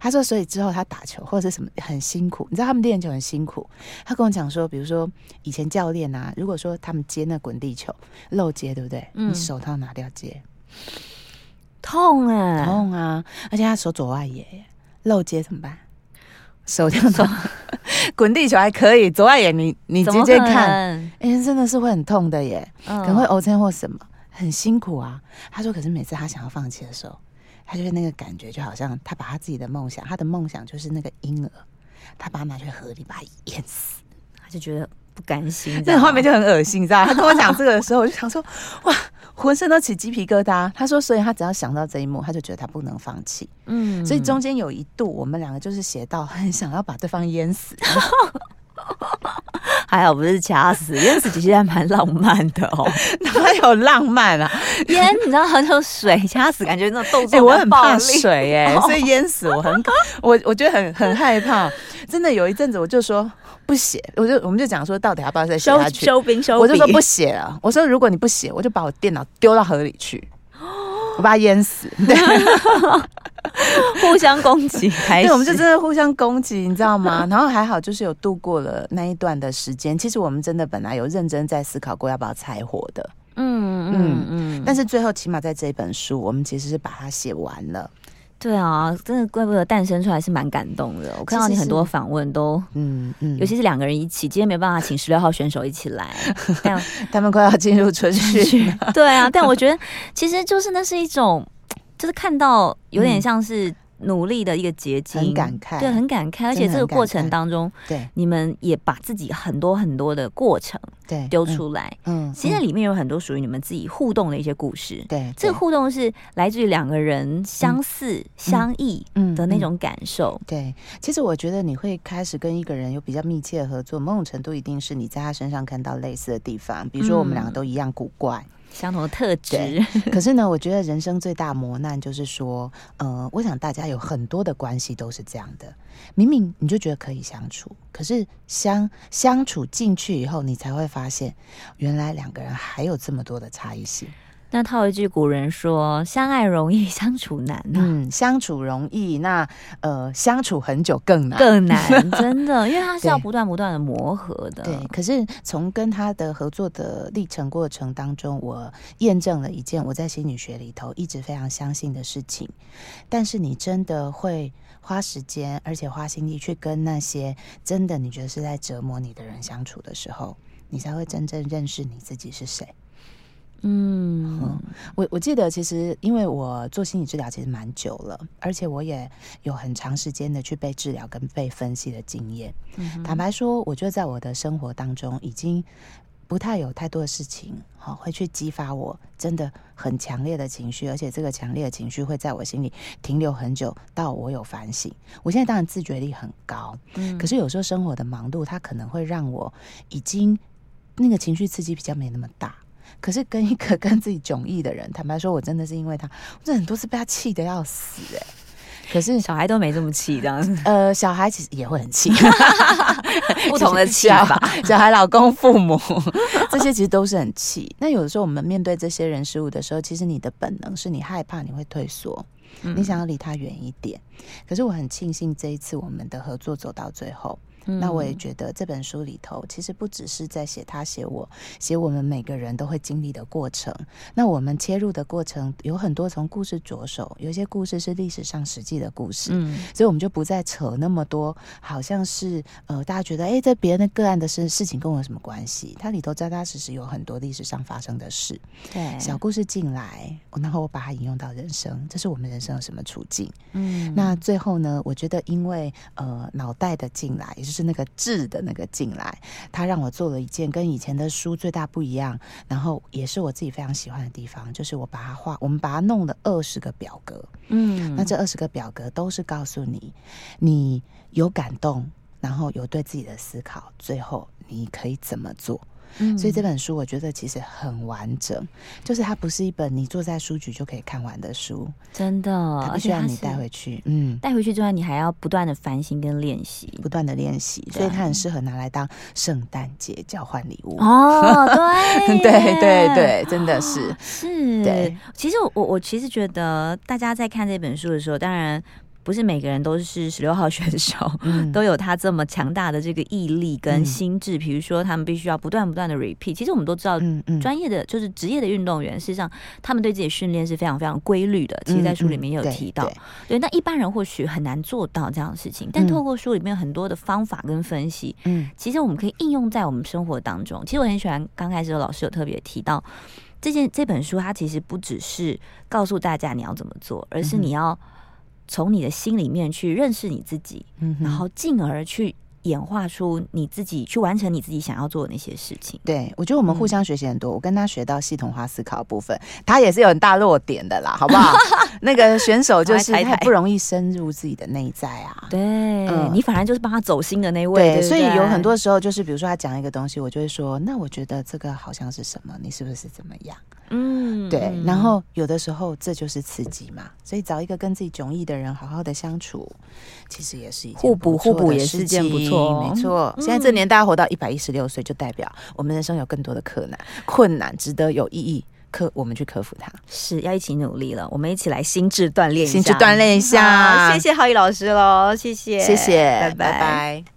S2: 他说，所以之后他打球或者是什么很辛苦，你知道他们练球很辛苦。他跟我讲说，比如说以前教练啊，如果说他们接那滚地球漏接，对不对？
S1: 嗯
S2: 你手套拿掉接，
S1: 痛哎，
S2: 痛啊！而且他手左外野漏接怎么办？手这 样子滚地球还可以，左外野你你
S1: 怎
S2: 直
S1: 么
S2: 接
S1: 可
S2: 看，
S1: 能，
S2: 哎、真的是会很痛的耶。可
S1: 嗯
S2: 能会呕针或什么，很辛苦啊。他说，可是每次他想要放弃的时候，他就是那个感觉，就好像他把他自己的梦想，他的梦想就是那个婴儿，他把他拿去河里把他淹死。
S1: 他就觉得不甘心，
S2: 这个画面就很恶心，你知道吗？他跟我讲这个的时候，我就想说，哇，浑身都起鸡皮疙瘩。他说，所以他只要想到这一幕，他就觉得他不能放弃。
S1: 嗯
S2: 所以中间有 一度，我们两个就是写到很想要把对方淹死。
S1: 还好不是掐死，因为自己现在蛮浪漫的哦。
S2: 哪有浪漫啊？
S1: 淹，你知道很有水掐死，感觉那种动
S2: 哎、
S1: 作、
S2: 我很怕
S1: 力。哦
S2: 水哎、所以淹死我很，我我觉得很很害怕。真的有一阵子我就说不写，我就我们就讲说到底要不要再写
S1: 收
S2: 下去。
S1: 收兵收兵，
S2: 我就说不写了，我说如果你不写，我就把我电脑丢到河里去，我把它淹死。
S1: 哦
S2: 对，
S1: 互相攻击开
S2: 对，
S1: 始，
S2: 我们就真的互相攻击，你知道吗？ 然后还好就是有度过了那一段的时间。其实我们真的本来有认真在思考过要不要拆伙的，
S1: 嗯嗯
S2: 嗯
S1: 嗯，
S2: 但
S1: 是
S2: 是最后起码在这一本书，我们其实是把它写完了。
S1: 对啊，真的怪不得诞生出来是蛮感动的。我看到
S2: 是是
S1: 你很多
S2: 是
S1: 访问都。
S2: 嗯嗯，
S1: 尤其是两个人一起，今天没办法请十六号选手一起 来，但
S2: 他们快要进入春训 了，
S1: 对啊，但我觉得其实就是那是一种，就是看到有点
S2: 嗯
S1: 像是努力的一个结晶，
S2: 很感慨。
S1: 对，很感慨，而且
S2: 真的
S1: 这个
S2: 很
S1: 过
S2: 感
S1: 程
S2: 慨
S1: 当中，
S2: 对
S1: 你们也把自己很多很多的过程
S2: 对，
S1: 丢
S2: 嗯，
S1: 出来，
S2: 嗯，
S1: 其实
S2: 嗯
S1: 里面有很多属于你们自己互动的一些故事。
S2: 对
S1: 这个
S2: 嗯对
S1: 互动是来自于两个人相似、相异
S2: 嗯
S1: 的那。
S2: 嗯
S1: 种感受。
S2: 对，其实我觉得你会开始跟一个人有比较密切的合作，某种程度一定是你在他身上看到类似的地方，比如说我们两
S1: 嗯
S2: 个都一样古怪，
S1: 相同的特质
S2: 嗯对，可是呢，我觉得人生最大磨难就是说，呃，我想大家有很多的关系都是这样的，明明你就觉得可以相处，可是相相处进去以后，你才会发现，原来两个人还有这么多的差异性。
S1: 那套一句古人说：“相爱容易相处难、啊，
S2: 嗯，相处容易，那呃，相处很久更难。
S1: 更难，真的，因为它是要
S2: 啊对
S1: 不断不断的磨合的。
S2: 对，可是从跟他的合作的历程过程当中，我验证了一件我在心理学里头一直非常相信的事情。但是你真的会花时间，而且花心力去跟那些真的你觉得是在折磨你的人相处的时候，你才会真正认识你自己是谁。
S1: 嗯，
S2: 我我记得，其实因为我做心理治疗其实蛮久了，而且我也有很长时间的去被治疗跟被分析的经验。
S1: 嗯
S2: 坦白说，我觉得在我的生活当中已经不太有太多的事情，好、会去激发我真的很强烈的情绪，而且这个强烈的情绪会在我心里停留很久，到我有反省。我现在当然自觉力很高，
S1: 嗯
S2: 可是有时候生活的忙碌，它可能会让我已经那个情绪刺激比较没那么大。可是跟一个 跟自己迥异的人，坦白说，我真的是因为他，我真的很多次被他气得要死哎、可是
S1: 小孩都没这么气，这样子
S2: 呃，小孩其实也会很气，
S1: 不同的气
S2: 小
S1: 法。
S2: 小孩、老公、父母， 这些其实都是很气。那有的时候我们面对这些人事物的时候，其实你的本能是你害怕，你会退缩，
S1: 嗯
S2: 你想要离他远一点。可是我很庆幸这一次我们的合作走到最后，那我也
S1: 嗯
S2: 觉得这本书里头其实不只是在写他写我，写我们每个人都会经历的过程。那我们切入的过程有很多从故事着手，有一些故事是历史上实际的故事，
S1: 嗯
S2: 所以我们就不再扯那么多，好像是呃，大家觉得哎，诶这别人的个案的事事情跟我有什么关系？它里头扎扎实实有很多历史上发生的事，
S1: 对
S2: 小故事进来，然后我把它引用到人生，这是我们人生有什么处境？
S1: 嗯
S2: 那最后呢，我觉得因为呃脑袋的进来，也就是那个智的那个进来，它让我做了一件跟以前的书最大不一样，然后也是我自己非常喜欢的地方，就是我把它画，我们把它弄了二十个表格，
S1: 嗯
S2: 那这二十个表格都是告诉你，你有感动，然后有对自己的思考，最后你可以怎么做。所以这
S1: 本
S2: 本书我觉得其实很完整，就是它不是一本你坐在书局就可以看完的书，
S1: 嗯真的，
S2: 它
S1: 哦而
S2: 必须
S1: 且
S2: 要
S1: 它
S2: 你
S1: 是
S2: 带回去，嗯，
S1: 带回去之外，你还要不断的反省跟练习。
S2: 不断的练习，所以它很适合拿来当圣诞节交换礼物。
S1: 哦，对
S2: 对对
S1: 耶，哦
S2: 对，真的是，
S1: 是。
S2: 对，
S1: 其实我我其实觉得大家在看这本书的时候，当然不是每个人都是十六号选手，
S2: 嗯，
S1: 都有他这么强大的这个毅力跟
S2: 嗯
S1: 心智。比如说，他们必须要不断不断的 repeat。其实我们都知道，
S2: 嗯嗯
S1: 专业的就是职业的运动员，事实上他们对自己的训练是非常非常规律的。其实，在书里面也有提到，
S2: 嗯嗯嗯
S1: 对，那一般人或许很难做到这样的事情，但
S2: 嗯
S1: 透过书里面有很多的方法跟分析，
S2: 对嗯
S1: 其实我们可以应用在我们生活当中。其实我很喜欢，刚开始有老师有特别提到这件这本书，它其实不只是告诉大家你要怎么做，而是
S2: 嗯哼
S1: 你要从你的心里面去认识你自己，
S2: 嗯哼，
S1: 然后进而去演化出你自己去完成你自己想要做的那些事情。
S2: 对，我觉得我们互
S1: 嗯
S2: 相学习很多。我跟他学到系统化思考的部分，他也是有很大弱点的啦，好不 好？那个选手就是
S1: 赶快抬
S2: 太
S1: 抬
S2: 不容易深入自己的内在啊。
S1: 对、
S2: 嗯
S1: 呃你反而就是帮他走心的那位，对
S2: 对，
S1: 不
S2: 所以
S1: 对
S2: 有很多时候就是，比如说他讲一个东西，我就会说，那我觉得这个好像是什么，你是不是怎么样？
S1: 嗯
S2: 对，
S1: 嗯
S2: 然后有的时候这就是刺激嘛，所以找一个跟自己迥异的人好好的相处，其实也是一件
S1: 互补
S2: 不错
S1: 互补
S2: 的
S1: 也
S2: 事
S1: 是件不错哦
S2: 情没错，现在这年大家活到一百一十六岁，就代表我们人生有更多的困难，困难值得有意义。克我们去克服它，
S1: 是要一起努力了，我们一起来心智锻炼一下，
S2: 心去锻炼一下。
S1: 好谢谢浩宇老师喽，谢谢，
S2: 谢谢，
S1: 拜拜
S2: 拜